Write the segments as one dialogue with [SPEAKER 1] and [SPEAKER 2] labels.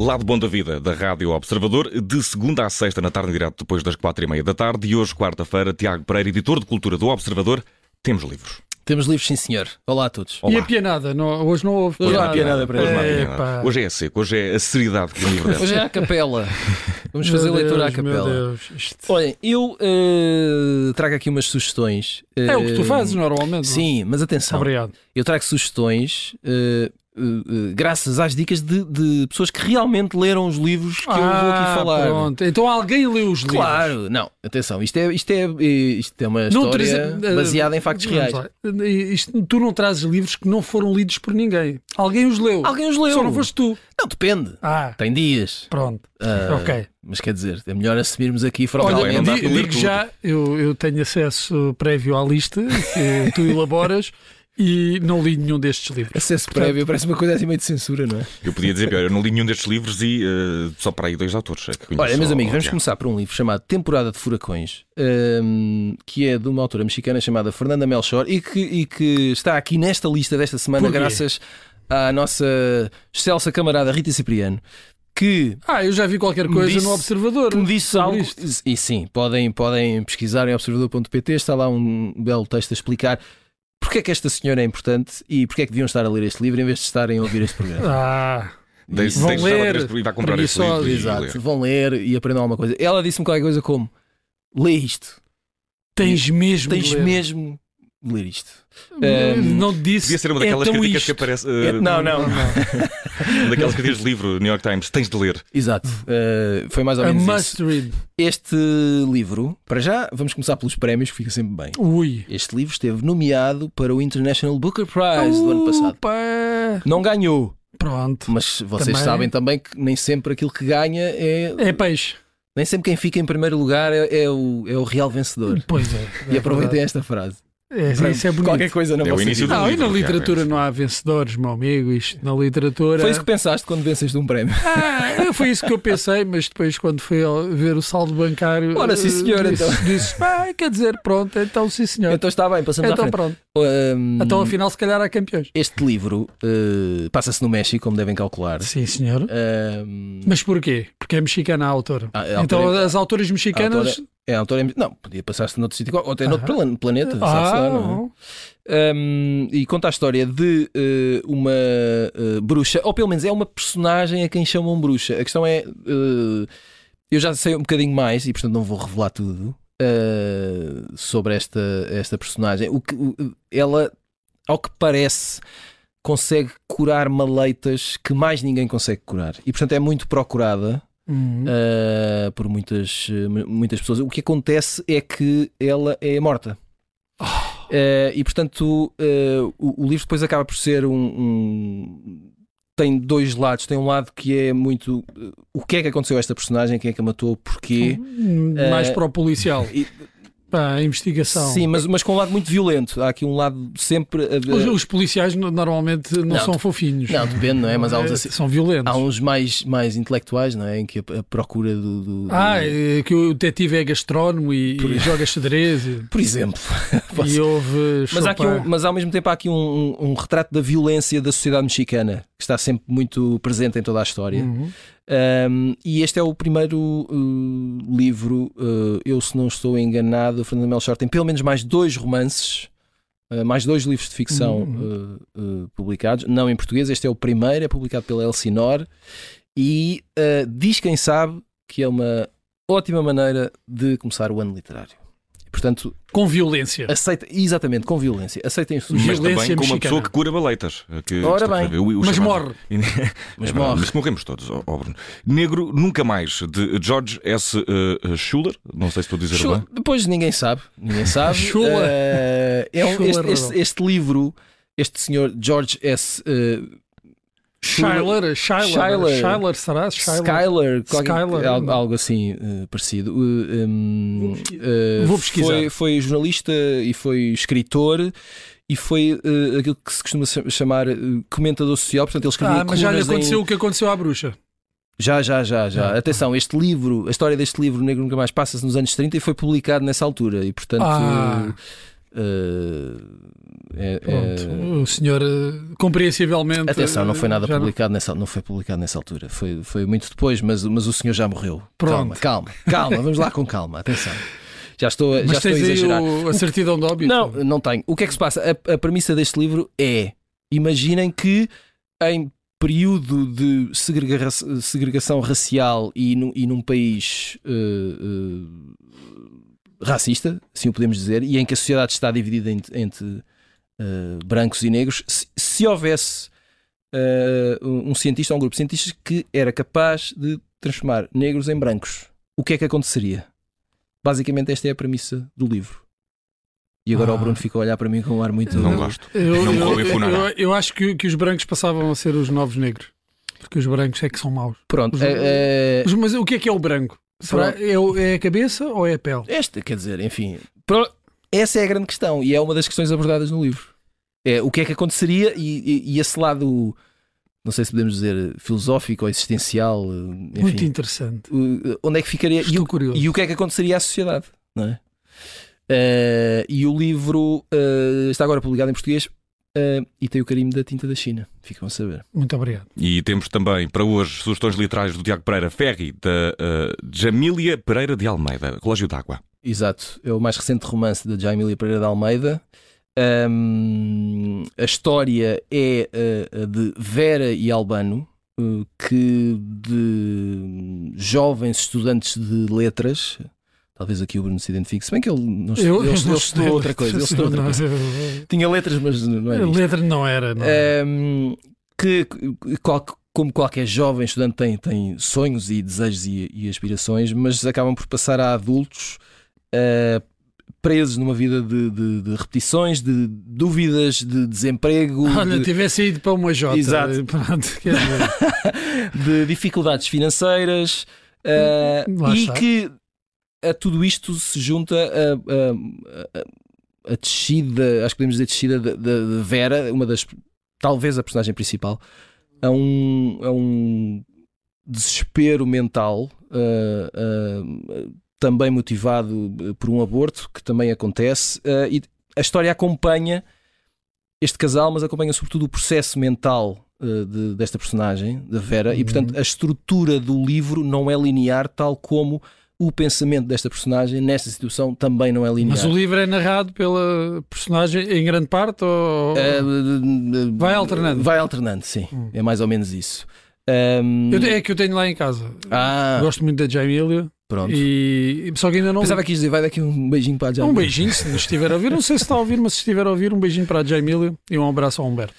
[SPEAKER 1] Lado Bom da Vida, da Rádio Observador, de segunda à sexta na tarde, em direto depois das quatro e meia da tarde. E hoje, quarta-feira, Tiago Pereira, editor de Cultura do Observador, temos livros.
[SPEAKER 2] Temos livros, sim, senhor. Olá a todos.
[SPEAKER 1] Olá.
[SPEAKER 3] E a pianada? Não- hoje não houve
[SPEAKER 2] Hoje não há pianada
[SPEAKER 3] pianada.
[SPEAKER 2] para
[SPEAKER 1] Hoje, não há
[SPEAKER 3] É,
[SPEAKER 1] piada.
[SPEAKER 3] pá.
[SPEAKER 1] Hoje é a seco, hoje é a seriedade que o livro deve.
[SPEAKER 2] Hoje é à capela. Vamos fazer
[SPEAKER 3] Meu
[SPEAKER 2] leitura à
[SPEAKER 3] Deus, meu
[SPEAKER 2] capela.
[SPEAKER 3] Deus, isto-
[SPEAKER 2] Olhem, eu eh, trago aqui umas sugestões.
[SPEAKER 3] É então. o que tu
[SPEAKER 2] Eh,
[SPEAKER 3] fazes normalmente.
[SPEAKER 2] Sim, mas atenção.
[SPEAKER 3] Obrigado.
[SPEAKER 2] Eu trago sugestões eh, eh, eh, graças às dicas de, de pessoas que realmente leram os livros que eu vou
[SPEAKER 3] Ah,
[SPEAKER 2] aqui falar.
[SPEAKER 3] Pronto. Então alguém leu os livros.
[SPEAKER 2] Claro, não, atenção, isto é, isto é, isto é uma história
[SPEAKER 3] traz- eh,
[SPEAKER 2] baseada em factos
[SPEAKER 3] Vamos
[SPEAKER 2] reais.
[SPEAKER 3] lá. Isto- tu não trazes livros que não foram lidos por ninguém. Alguém os leu.
[SPEAKER 2] Alguém os leu.
[SPEAKER 3] Só não foste tu.
[SPEAKER 2] Não, depende.
[SPEAKER 3] Ah,
[SPEAKER 2] Tem dias.
[SPEAKER 3] pronto.
[SPEAKER 2] Ah,
[SPEAKER 3] Ok.
[SPEAKER 2] Mas quer dizer, é melhor assumirmos aqui
[SPEAKER 1] Olha,
[SPEAKER 2] frontalmente.
[SPEAKER 1] não dá
[SPEAKER 3] di-
[SPEAKER 1] para ler
[SPEAKER 3] digo
[SPEAKER 1] tudo.
[SPEAKER 3] já, eu, eu tenho acesso prévio à lista que tu elaboras e não li nenhum destes livros.
[SPEAKER 2] Acesso prévio parece uma coisa assim meio de censura, não é?
[SPEAKER 1] Eu podia dizer pior, eu não li nenhum destes livros e eh, só para aí dois autores. é que conheço
[SPEAKER 2] Olha, meus
[SPEAKER 1] ao-
[SPEAKER 2] amigos,
[SPEAKER 1] ao
[SPEAKER 2] vamos
[SPEAKER 1] Tiago.
[SPEAKER 2] começar por um livro chamado Temporada de Furacões, hum, que é de uma autora mexicana chamada Fernanda Melchor e que, e que está aqui nesta lista desta semana,
[SPEAKER 3] Porquê?
[SPEAKER 2] graças à nossa excelsa camarada Rita Cipriano, que
[SPEAKER 3] Ah, eu já vi qualquer coisa
[SPEAKER 2] disse-
[SPEAKER 3] no Observador.
[SPEAKER 2] que me disse
[SPEAKER 3] sobre
[SPEAKER 2] algo.
[SPEAKER 3] isto.
[SPEAKER 2] E sim, podem, podem pesquisar em observador.pt, está lá um belo texto a explicar porque é que esta senhora é importante e porque é que deviam estar a ler este livro em vez de estarem a ouvir este programa.
[SPEAKER 3] Ah,
[SPEAKER 1] Dei-
[SPEAKER 3] Vão
[SPEAKER 1] dei- dei-
[SPEAKER 3] ler,
[SPEAKER 1] dei- dei- e vai comprar este livro. e
[SPEAKER 3] preguiçosos.
[SPEAKER 1] ler.
[SPEAKER 2] Exato, vão ler e aprendam alguma coisa. Ela disse-me qualquer coisa como: lê isto,
[SPEAKER 3] tens mesmo.
[SPEAKER 2] tens
[SPEAKER 3] de ler.
[SPEAKER 2] mesmo de ler isto.
[SPEAKER 3] Hum,
[SPEAKER 2] Hum,
[SPEAKER 3] Não disse.
[SPEAKER 1] Podia ser uma daquelas
[SPEAKER 3] é tão
[SPEAKER 1] críticas que
[SPEAKER 3] isto.
[SPEAKER 1] aparece.
[SPEAKER 2] É-
[SPEAKER 1] eh,
[SPEAKER 2] não, não, não.
[SPEAKER 1] Daquelas críticas de livro, New York Times, tens de ler.
[SPEAKER 2] Exato, Uh, foi mais ou
[SPEAKER 3] A
[SPEAKER 2] menos
[SPEAKER 3] must
[SPEAKER 2] isso.
[SPEAKER 3] read.
[SPEAKER 2] Este livro, para já, vamos começar pelos prémios, que fica sempre bem.
[SPEAKER 3] Ui.
[SPEAKER 2] Este livro esteve nomeado para o International Booker Prize
[SPEAKER 3] Uh!
[SPEAKER 2] do ano passado.
[SPEAKER 3] Opa.
[SPEAKER 2] Não ganhou,
[SPEAKER 3] Pronto.
[SPEAKER 2] mas vocês
[SPEAKER 3] Também-
[SPEAKER 2] sabem também que nem sempre aquilo que ganha é.
[SPEAKER 3] É peixe.
[SPEAKER 2] Nem sempre quem fica em primeiro lugar é, é o, é o real vencedor.
[SPEAKER 3] Pois é.
[SPEAKER 2] e
[SPEAKER 3] é
[SPEAKER 2] aproveitem esta frase.
[SPEAKER 3] verdade. É, isso é bonito.
[SPEAKER 2] Qualquer coisa não
[SPEAKER 1] É o
[SPEAKER 2] vossa
[SPEAKER 1] início
[SPEAKER 2] vida.
[SPEAKER 1] do
[SPEAKER 3] Não, e
[SPEAKER 1] livro,
[SPEAKER 3] na
[SPEAKER 1] Ricardo,
[SPEAKER 3] literatura
[SPEAKER 1] é
[SPEAKER 3] não há vencedores, meu amigo. Isto na literatura.
[SPEAKER 2] Foi isso que pensaste quando venceste um prémio.
[SPEAKER 3] Ah, foi isso que eu pensei, mas depois, quando fui ao- ver o saldo bancário.
[SPEAKER 2] Ora, sim,
[SPEAKER 3] eh,
[SPEAKER 2] senhor,
[SPEAKER 3] disse,
[SPEAKER 2] então.
[SPEAKER 3] disse, "Ah, quer dizer, pronto, então sim, senhor. Então,
[SPEAKER 2] Então está bem, passamos à frente.
[SPEAKER 3] pronto.
[SPEAKER 2] Hum,
[SPEAKER 3] Então, afinal, se calhar há campeões.
[SPEAKER 2] Este livro uh, passa-se no México, como devem calcular.
[SPEAKER 3] Sim, senhor.
[SPEAKER 2] Hum,
[SPEAKER 3] Mas porquê? Porque é mexicana a autora.
[SPEAKER 2] Ah, a
[SPEAKER 3] então,
[SPEAKER 2] autora-
[SPEAKER 3] as autoras
[SPEAKER 2] a autora-
[SPEAKER 3] mexicanas.
[SPEAKER 2] é, a autora é- Não, podia passar-se noutro sítio, ou até noutro
[SPEAKER 3] Ah.
[SPEAKER 2] plan- planeta. sabe-se lá,
[SPEAKER 3] Ah,
[SPEAKER 2] não é?
[SPEAKER 3] bom.
[SPEAKER 2] Um, e conta a história de eh, uma eh, bruxa, ou pelo menos é uma personagem a quem chamam bruxa. A questão é. eh, eu já sei um bocadinho mais e portanto não vou revelar tudo eh, sobre esta, esta personagem. O que, o- ela, ao que parece, consegue curar maleitas que mais ninguém consegue curar. E portanto é muito procurada.
[SPEAKER 3] Hum.
[SPEAKER 2] eh, por muitas, eh, muitas pessoas. O que acontece é que ela é morta.
[SPEAKER 3] Ah.
[SPEAKER 2] Eh, e portanto, eh, o, o livro depois acaba por ser um, um- Tem dois lados. Tem um lado que é muito. eh, o que é que aconteceu a esta personagem? Quem é que a matou? Porquê?
[SPEAKER 3] Hum,
[SPEAKER 2] eh,
[SPEAKER 3] Mais para o policial.
[SPEAKER 2] e-
[SPEAKER 3] Para a investigação.
[SPEAKER 2] Sim, mas, mas com um lado muito violento. Há aqui um lado sempre. a-
[SPEAKER 3] Os, os policiais no- normalmente não,
[SPEAKER 2] eh, Não,
[SPEAKER 3] são fofinhos.
[SPEAKER 2] Não, depende, não é? Mas há uns, assim-
[SPEAKER 3] São violentos.
[SPEAKER 2] há uns mais, mais intelectuais, não é? Em que a, a procura do. do-
[SPEAKER 3] Ah,
[SPEAKER 2] do-
[SPEAKER 3] é que o detetive é gastrónomo e,
[SPEAKER 2] Por-
[SPEAKER 3] e joga xadrez e,
[SPEAKER 2] Por exemplo. Posso-
[SPEAKER 3] e houve.
[SPEAKER 2] Mas, há aqui um-
[SPEAKER 3] Chopin.
[SPEAKER 2] mas ao mesmo tempo há aqui um, um- um retrato da violência da sociedade mexicana, que está sempre muito presente em toda a história.
[SPEAKER 3] Uhum.
[SPEAKER 2] Um, e este é o primeiro uh, livro, uh, eu se não estou enganado, Fernando Melchor tem pelo menos mais dois romances, uh, mais dois livros de ficção uh, uh, publicados, não em português, este é o primeiro, é publicado pela Elsinore e uh, diz quem sabe que é uma ótima maneira de começar o ano literário. Portanto,
[SPEAKER 3] Com violência.
[SPEAKER 2] aceita, exatamente, com violência, aceitem
[SPEAKER 1] Mas
[SPEAKER 2] sugestões,
[SPEAKER 3] Violência
[SPEAKER 1] também com uma
[SPEAKER 3] mexicana.
[SPEAKER 1] pessoa que cura baleitas. eh, que
[SPEAKER 2] Ora
[SPEAKER 1] está a
[SPEAKER 2] bem.
[SPEAKER 1] escrever, o- o
[SPEAKER 3] Mas
[SPEAKER 1] chamado-
[SPEAKER 3] morre.
[SPEAKER 2] mas
[SPEAKER 1] É verdade,
[SPEAKER 2] morre.
[SPEAKER 1] Mas morremos todos, ó, ó, Bruno. Negro Nunca Mais, de George S. eh, Schuller. Não sei se estou a dizer
[SPEAKER 2] Chula-
[SPEAKER 1] bem.
[SPEAKER 2] depois ninguém sabe, ninguém sabe.
[SPEAKER 3] Chula.
[SPEAKER 2] Eh, é um-
[SPEAKER 3] Chula
[SPEAKER 2] este,
[SPEAKER 3] Rodolfo.
[SPEAKER 2] este- este livro, este senhor George S. eh, Chula-
[SPEAKER 3] Shiler, Shiler,
[SPEAKER 2] Schuyler.
[SPEAKER 3] Shiler, será? Shiler.
[SPEAKER 2] Skyler, qualquer-
[SPEAKER 3] Skyler.
[SPEAKER 2] algo, algo assim eh, parecido. Eh, em,
[SPEAKER 3] Vou pesquisar.
[SPEAKER 2] eh,
[SPEAKER 3] Vou pesquisar.
[SPEAKER 2] Foi, foi jornalista e foi escritor e foi eh, aquilo que se costuma cha- chamar eh, comentador social. Portanto, ele escrevia
[SPEAKER 3] Ah, mas já lhe
[SPEAKER 2] colunas em-
[SPEAKER 3] aconteceu o que aconteceu à bruxa.
[SPEAKER 2] Já, já, já, já. Atenção, este livro, a história deste livro, Negro Nunca Mais, passa-se nos anos 30 e foi publicado nessa altura. E, portanto,
[SPEAKER 3] Ah.
[SPEAKER 2] eh, eh, é-
[SPEAKER 3] Pronto,
[SPEAKER 2] é-
[SPEAKER 3] o senhor eh, compreensivelmente.
[SPEAKER 2] Atenção, não foi nada
[SPEAKER 3] já não-
[SPEAKER 2] publicado nessa, não foi publicado nessa altura, foi, foi muito depois, mas, mas o senhor já morreu. Calma,
[SPEAKER 3] Pronto.
[SPEAKER 2] calma, calma, vamos lá com calma, atenção. Já estou, a- já
[SPEAKER 3] Mas
[SPEAKER 2] estou a
[SPEAKER 3] tens aí
[SPEAKER 2] exagerar.
[SPEAKER 3] o- a certidão de óbito?
[SPEAKER 2] Não, não tenho. O que é que se passa? A, a premissa deste livro é: imaginem que em período de segrega- segregação racial e, num- e num país eh, eh, racista, assim o podemos dizer, e em que a sociedade está dividida ent- entre, eh, brancos e negros, se, se houvesse eh, um um cientista ou um grupo de cientistas que era capaz de transformar negros em brancos, o que é que aconteceria? Basicamente, esta é a premissa do livro. E agora
[SPEAKER 3] Ah.
[SPEAKER 2] o Bruno ficou a olhar para mim com um ar muito.
[SPEAKER 1] Não gosto.
[SPEAKER 3] Eu,
[SPEAKER 1] Não
[SPEAKER 3] eu,
[SPEAKER 1] coube
[SPEAKER 3] eu,
[SPEAKER 1] funeral.
[SPEAKER 3] eu- eu acho que, que os brancos passavam a ser os novos negros. Porque os brancos é que são maus.
[SPEAKER 2] Pronto.
[SPEAKER 3] Os-
[SPEAKER 2] eh, eh,
[SPEAKER 3] Mas- Mas o que é que é o branco? Será
[SPEAKER 2] Pronto.
[SPEAKER 3] é, o- é a cabeça ou é a pele?
[SPEAKER 2] Esta, quer dizer, enfim. pro- Essa é a grande questão e é uma das questões abordadas no livro. É o que é que aconteceria e, e- e esse lado, não sei se podemos dizer filosófico ou existencial, eh,
[SPEAKER 3] Muito
[SPEAKER 2] enfim,
[SPEAKER 3] interessante.
[SPEAKER 2] o- onde é que ficaria e
[SPEAKER 3] Estou
[SPEAKER 2] o,
[SPEAKER 3] curioso.
[SPEAKER 2] e o que é que aconteceria à sociedade, não é? Eh, e o livro eh, está agora publicado em português eh, e tem o carimbo da tinta da China. Ficam a saber.
[SPEAKER 3] Muito obrigado.
[SPEAKER 1] E temos também para hoje sugestões literárias do Tiago Pereira Ferri, da eh, Jamília Pereira de Almeida, Relógio d'Água.
[SPEAKER 2] Exato, é o mais recente romance de Jaime Pereira de Almeida. Ahm, a história é ah, a de Vera e Albano, eh, que de jovens estudantes de letras, talvez aqui o Bruno se identifique, se bem que ele, não estu- ele, ele estudou outra coisa, ele estudou outra coisa. Tinha letras, mas não era isto.
[SPEAKER 3] Letra não era, não era.
[SPEAKER 2] Um, que qual- como qualquer jovem estudante tem, tem sonhos e desejos e, e aspirações, mas acabam por passar a adultos uh, presos numa vida de, de- de repetições, de dúvidas, de desemprego,
[SPEAKER 3] Olha,
[SPEAKER 2] de,
[SPEAKER 3] tivesse ido para uma J.
[SPEAKER 2] Exato.
[SPEAKER 3] Pronto, quer dizer,
[SPEAKER 2] de dificuldades financeiras uh,
[SPEAKER 3] Hum, Lá
[SPEAKER 2] e
[SPEAKER 3] está.
[SPEAKER 2] que a tudo isto se junta a, a- a- a descida, acho que podemos dizer descida de, de- de Vera, uma das talvez a personagem principal, a um, a um desespero mental uh, uh, também motivado por um aborto que também acontece uh, e a história acompanha este casal, mas acompanha sobretudo o processo mental uh, de- desta personagem, da Vera, e portanto
[SPEAKER 3] Uhum.
[SPEAKER 2] a estrutura do livro não é linear, tal como o pensamento desta personagem nesta situação também não é linear.
[SPEAKER 3] Mas o livro é narrado pela personagem em grande parte ou...
[SPEAKER 2] Uh, uh,
[SPEAKER 3] Vai alternando.
[SPEAKER 2] Vai alternando, sim.
[SPEAKER 3] Hum.
[SPEAKER 2] É mais ou menos isso. Um,
[SPEAKER 3] Eu te- é que eu tenho lá em casa.
[SPEAKER 2] Ah,
[SPEAKER 3] Gosto muito da Jamília
[SPEAKER 2] pronto.
[SPEAKER 3] e só que ainda não
[SPEAKER 2] Pensava que ias dizer, vai daqui um beijinho para a Jamie.
[SPEAKER 3] Um beijinho, se nos estiver a ouvir. Não sei se está a ouvir, mas se estiver a ouvir, um beijinho para a Jamília e um abraço ao Humberto.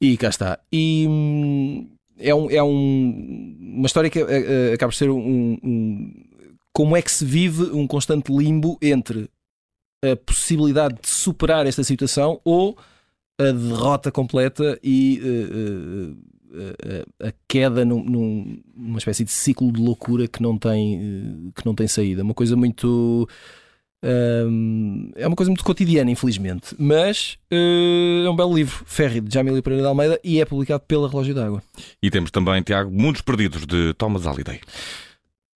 [SPEAKER 2] E cá está. E hum, é, um, é um- uma história que eh, eh, acaba por ser um, um- Como é que se vive um constante limbo entre a possibilidade de superar esta situação ou a derrota completa e eh, eh, eh, a queda num- num- numa espécie de ciclo de loucura que não tem, eh, que não tem saída. Uma coisa muito. Hum, é uma coisa muito cotidiana, infelizmente. Mas eh, é um belo livro, Ferri, de Jamília Pereira de Almeida, e é publicado pela Relógio d'Água.
[SPEAKER 1] E temos também, Tiago, Mundos Perdidos, de Thomas Halliday.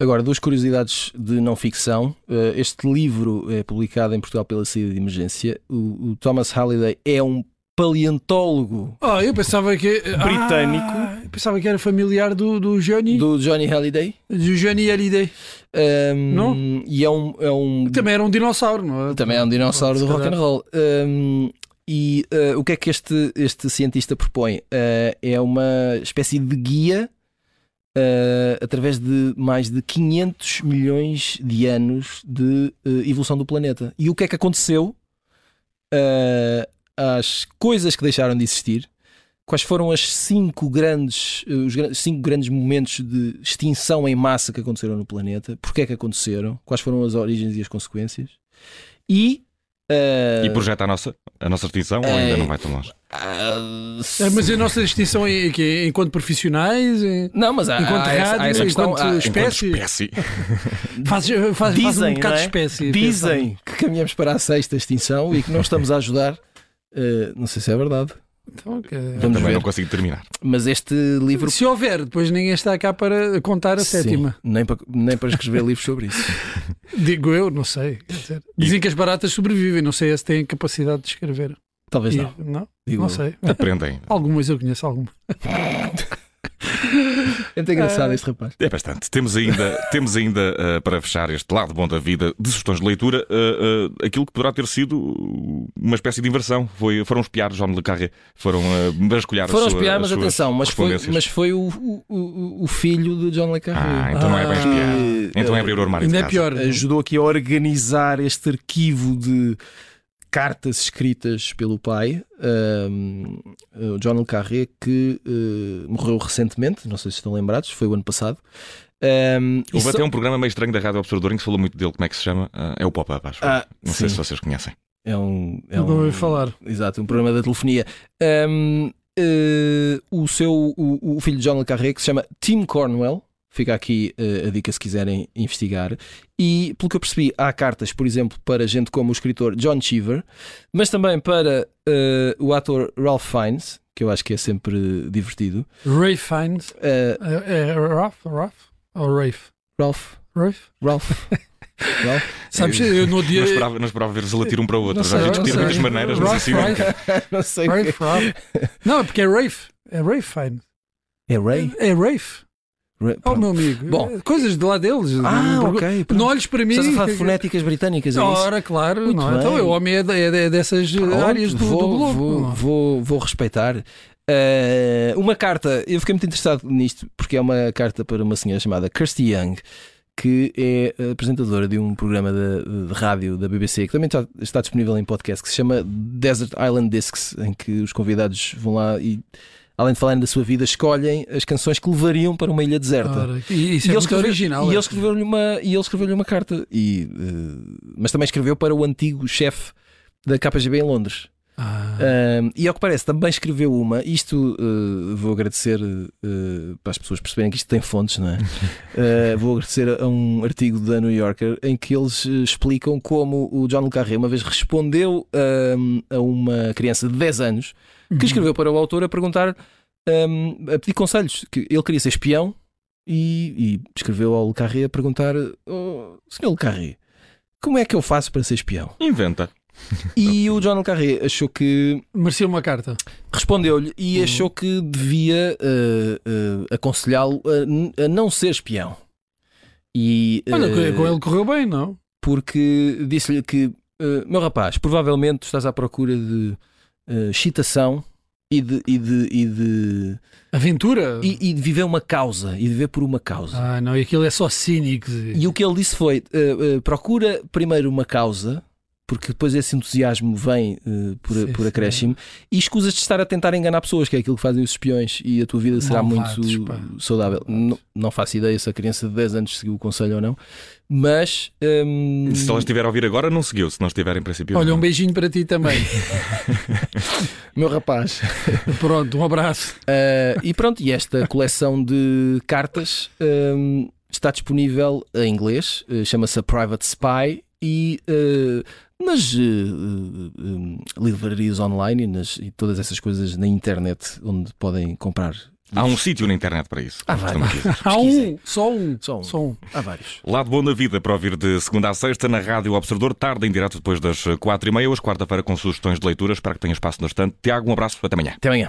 [SPEAKER 2] Agora, duas curiosidades de não ficção. Eh, este livro é publicado em Portugal pela saída de emergência. O, o Thomas Halliday é um paleontólogo
[SPEAKER 3] Ah, eu pensava que.
[SPEAKER 2] Britânico.
[SPEAKER 3] Ah, eu pensava que era familiar do, do Johnny. Do,
[SPEAKER 2] do Johnny Halliday.
[SPEAKER 3] Johnny Hallyday.
[SPEAKER 2] Hum,
[SPEAKER 3] Não?
[SPEAKER 2] E é um. É um
[SPEAKER 3] Que também era um dinossauro, não é?
[SPEAKER 2] Também é um dinossauro do
[SPEAKER 3] Se
[SPEAKER 2] rock
[SPEAKER 3] calhar.
[SPEAKER 2] and roll. Um, e uh, o que é que este, este cientista propõe? Uh, é uma espécie de guia uh, através de mais de 500 milhões de anos de uh, evolução do planeta. E o que é que aconteceu uh, às coisas que deixaram de existir? Quais foram as cinco grandes, uh, os gran- cinco grandes momentos de extinção em massa que aconteceram no planeta? Porquê é que aconteceram? Quais foram as origens e as consequências? e. eh,
[SPEAKER 1] E projeta a nossa, a nossa extinção, ou ainda não vai tão longe?
[SPEAKER 2] ah,
[SPEAKER 3] É, mas a nossa distinção é, que é enquanto profissionais, é-
[SPEAKER 2] Não, mas há,
[SPEAKER 3] Enquanto
[SPEAKER 2] há essa, há essa
[SPEAKER 3] rádio,
[SPEAKER 2] questão.
[SPEAKER 3] enquanto
[SPEAKER 2] há-
[SPEAKER 3] espécie.
[SPEAKER 1] espécie.
[SPEAKER 3] faz, faz, faz um
[SPEAKER 2] dizem,
[SPEAKER 3] bocado
[SPEAKER 2] não
[SPEAKER 3] de
[SPEAKER 2] é?
[SPEAKER 3] espécie.
[SPEAKER 2] dizem que caminhamos para a sexta extinção e que não estamos a ajudar. Eh, não sei se é verdade.
[SPEAKER 3] Então, que-
[SPEAKER 2] Vamos
[SPEAKER 1] Também
[SPEAKER 2] ver.
[SPEAKER 1] não consigo terminar.
[SPEAKER 2] Mas este livro.
[SPEAKER 3] Se houver, depois ninguém está cá para contar a
[SPEAKER 2] Sim,
[SPEAKER 3] sétima.
[SPEAKER 2] nem para, nem para escrever livros sobre isso.
[SPEAKER 3] Digo eu, não sei. Quer dizer, dizem que as baratas sobrevivem, não sei se têm capacidade de escrever.
[SPEAKER 2] Talvez
[SPEAKER 3] E-
[SPEAKER 2] não.
[SPEAKER 3] não,
[SPEAKER 2] Digo
[SPEAKER 3] não
[SPEAKER 2] eu.
[SPEAKER 3] sei.
[SPEAKER 1] Aprendem.
[SPEAKER 3] Algumas eu conheço, algumas.
[SPEAKER 2] É muito engraçado este rapaz.
[SPEAKER 1] É bastante. Temos ainda, temos ainda eh, para fechar este lado bom da vida de sugestões de leitura, eh, eh, aquilo que poderá ter sido uma espécie de inversão. Foi, foram espiar John Le Carré, foram eh, vasculhar a
[SPEAKER 2] Foram
[SPEAKER 1] sua-
[SPEAKER 2] espiar, mas
[SPEAKER 1] as suas
[SPEAKER 2] atenção, mas foi,
[SPEAKER 1] correspondências.
[SPEAKER 2] mas foi o, o- o- o filho de John Le Carré.
[SPEAKER 1] Ah, então não é bem
[SPEAKER 3] Ah,
[SPEAKER 1] espiar. Então é abrir o armário.
[SPEAKER 3] Ainda
[SPEAKER 1] de
[SPEAKER 3] é
[SPEAKER 1] casa.
[SPEAKER 3] pior.
[SPEAKER 2] eh, ajudou aqui a organizar este arquivo de cartas escritas pelo pai, um, o John Le Carré, que uh, morreu recentemente, não sei se estão lembrados, foi o ano passado. Um, e
[SPEAKER 1] Houve
[SPEAKER 2] só-
[SPEAKER 1] até um programa meio estranho da Rádio Observador em que se falou muito dele. Como é que se chama? Ah, é o Pop-Up, acho.
[SPEAKER 2] Ah,
[SPEAKER 1] não
[SPEAKER 2] sim,
[SPEAKER 1] sei se vocês conhecem.
[SPEAKER 2] é um, é
[SPEAKER 3] Não
[SPEAKER 2] um-
[SPEAKER 3] ouvi falar.
[SPEAKER 2] Exato, um problema da telefonia. Um, eh, o seu o, o filho de John Le Carré, que se chama Tim Cornwell, fica aqui eh, a dica se quiserem investigar. E pelo que eu percebi, há cartas, por exemplo, para gente como o escritor John Cheever, mas também para eh, o ator Ralph Fiennes, que eu acho que é sempre divertido.
[SPEAKER 3] Ray Fiennes.
[SPEAKER 2] Eh,
[SPEAKER 3] É, é Ralph? Ralph? Ou Rafe?
[SPEAKER 2] Ralph,
[SPEAKER 3] Rafe?
[SPEAKER 2] Ralph, Ralph,
[SPEAKER 3] Sabes, eu no dia.
[SPEAKER 1] Não esperava, não esperava ver-vos a latir um para o outro.
[SPEAKER 2] é- Não sei,
[SPEAKER 1] Já vi discutir
[SPEAKER 2] não sei.
[SPEAKER 1] muitas maneiras, mas
[SPEAKER 3] Ralph
[SPEAKER 1] assim não.
[SPEAKER 3] Fiennes.
[SPEAKER 2] não sei. o quê.
[SPEAKER 3] Rafe, Rafe. Não, é porque é Rafe. É Rafe Fiennes.
[SPEAKER 2] É Ray?
[SPEAKER 3] É Rafe.
[SPEAKER 2] Ray-
[SPEAKER 3] Oh,
[SPEAKER 2] pronto.
[SPEAKER 3] meu amigo.
[SPEAKER 2] Bom.
[SPEAKER 3] Coisas de lá deles.
[SPEAKER 2] Ah,
[SPEAKER 3] Não-
[SPEAKER 2] ok. pronto.
[SPEAKER 3] Não olhes para mim.
[SPEAKER 2] Estás a falar de fonéticas britânicas, é isso?
[SPEAKER 3] Ora, claro.
[SPEAKER 2] Muito
[SPEAKER 3] Não.
[SPEAKER 2] bem.
[SPEAKER 3] é? Então, o homem é, de- é de- é dessas eh,
[SPEAKER 2] Pronto,
[SPEAKER 3] áreas do, do
[SPEAKER 2] vou,
[SPEAKER 3] globo.
[SPEAKER 2] Vou,
[SPEAKER 3] não é?
[SPEAKER 2] vou, vou respeitar. Eh, uma carta, eu fiquei muito interessado nisto, porque é uma carta para uma senhora chamada Kirsty Young, que é apresentadora de um programa de, de- de rádio da BBC, que também está, está disponível em podcast, que se chama Desert Island Discs, em que os convidados vão lá e, além de falarem da sua vida, escolhem as canções que levariam para uma ilha deserta.
[SPEAKER 3] Ora, e
[SPEAKER 2] ele
[SPEAKER 3] isso é muito
[SPEAKER 2] escreveu-
[SPEAKER 3] original.
[SPEAKER 2] E ele
[SPEAKER 3] é.
[SPEAKER 2] escreveu-lhe uma, e ele escreveu-lhe uma carta. E, eh, mas também escreveu para o antigo chefe da KGB em Londres.
[SPEAKER 3] Ah.
[SPEAKER 2] Ahm, e ao que parece, também escreveu uma. Isto eh, vou agradecer eh, para as pessoas perceberem que isto tem fontes, não é? Eh, vou agradecer a um artigo da New Yorker em que eles eh, explicam como o John Le Carré uma vez respondeu ahm, a uma criança de 10 anos eh,
[SPEAKER 3] Uhum.
[SPEAKER 2] que escreveu para o autor a perguntar, ahm, a pedir conselhos, que ele queria ser espião e, e escreveu ao Le Carré a perguntar: oh, Senhor Le Carré, como é que eu faço para ser espião?
[SPEAKER 1] Inventa.
[SPEAKER 2] E o John Le Carré achou que
[SPEAKER 3] Merecia uma carta.
[SPEAKER 2] respondeu-lhe e
[SPEAKER 3] Uhum.
[SPEAKER 2] achou que devia eh, eh, aconselhá-lo a n- a, não ser espião. E,
[SPEAKER 3] Olha,
[SPEAKER 2] eh,
[SPEAKER 3] com ele correu bem, não?
[SPEAKER 2] Porque disse-lhe que, eh, meu rapaz, provavelmente tu estás à procura de eh, excitação e de, e, de, e, de,
[SPEAKER 3] Aventura.
[SPEAKER 2] e, e de viver uma causa, e de viver por uma causa.
[SPEAKER 3] Ah, não, e aquilo é só cínico.
[SPEAKER 2] E o que ele disse foi: eh, eh, procura primeiro uma causa, porque depois esse entusiasmo vem eh, por,
[SPEAKER 3] Sim,
[SPEAKER 2] por
[SPEAKER 3] sim.
[SPEAKER 2] acréscimo, e escusas de estar a tentar enganar pessoas, que é aquilo que fazem os espiões, e a tua vida será
[SPEAKER 3] Malvados,
[SPEAKER 2] muito
[SPEAKER 3] pá.
[SPEAKER 2] saudável. Não, não faço ideia se a criança de 10 anos seguiu o conselho ou não, mas. ehm,
[SPEAKER 1] Se ela estiver a ouvir agora, não seguiu. Se não estiver em princípio.
[SPEAKER 3] Olha, um
[SPEAKER 1] não.
[SPEAKER 3] beijinho para ti também.
[SPEAKER 2] meu rapaz.
[SPEAKER 3] Pronto, um abraço.
[SPEAKER 2] Ah, e pronto, e esta coleção de cartas ahm, está disponível em inglês, eh, chama-se A Private Spy e eh, nas eh, eh, em livrarias online e, nas, e todas essas coisas na internet onde podem comprar.
[SPEAKER 1] Há um sítio na internet para isso.
[SPEAKER 2] Ah, vai.
[SPEAKER 1] Estamos aqui.
[SPEAKER 3] Há um, só um.
[SPEAKER 2] Só um.
[SPEAKER 3] Só um.
[SPEAKER 2] Há vários.
[SPEAKER 1] Lado Bom da Vida para ouvir de segunda a sexta na Rádio Observador, tarde em direto depois das quatro e meia, hoje quarta-feira com sugestões de leituras. Espero que tenha espaço no estante. Tiago, um abraço, até amanhã.
[SPEAKER 2] Até amanhã.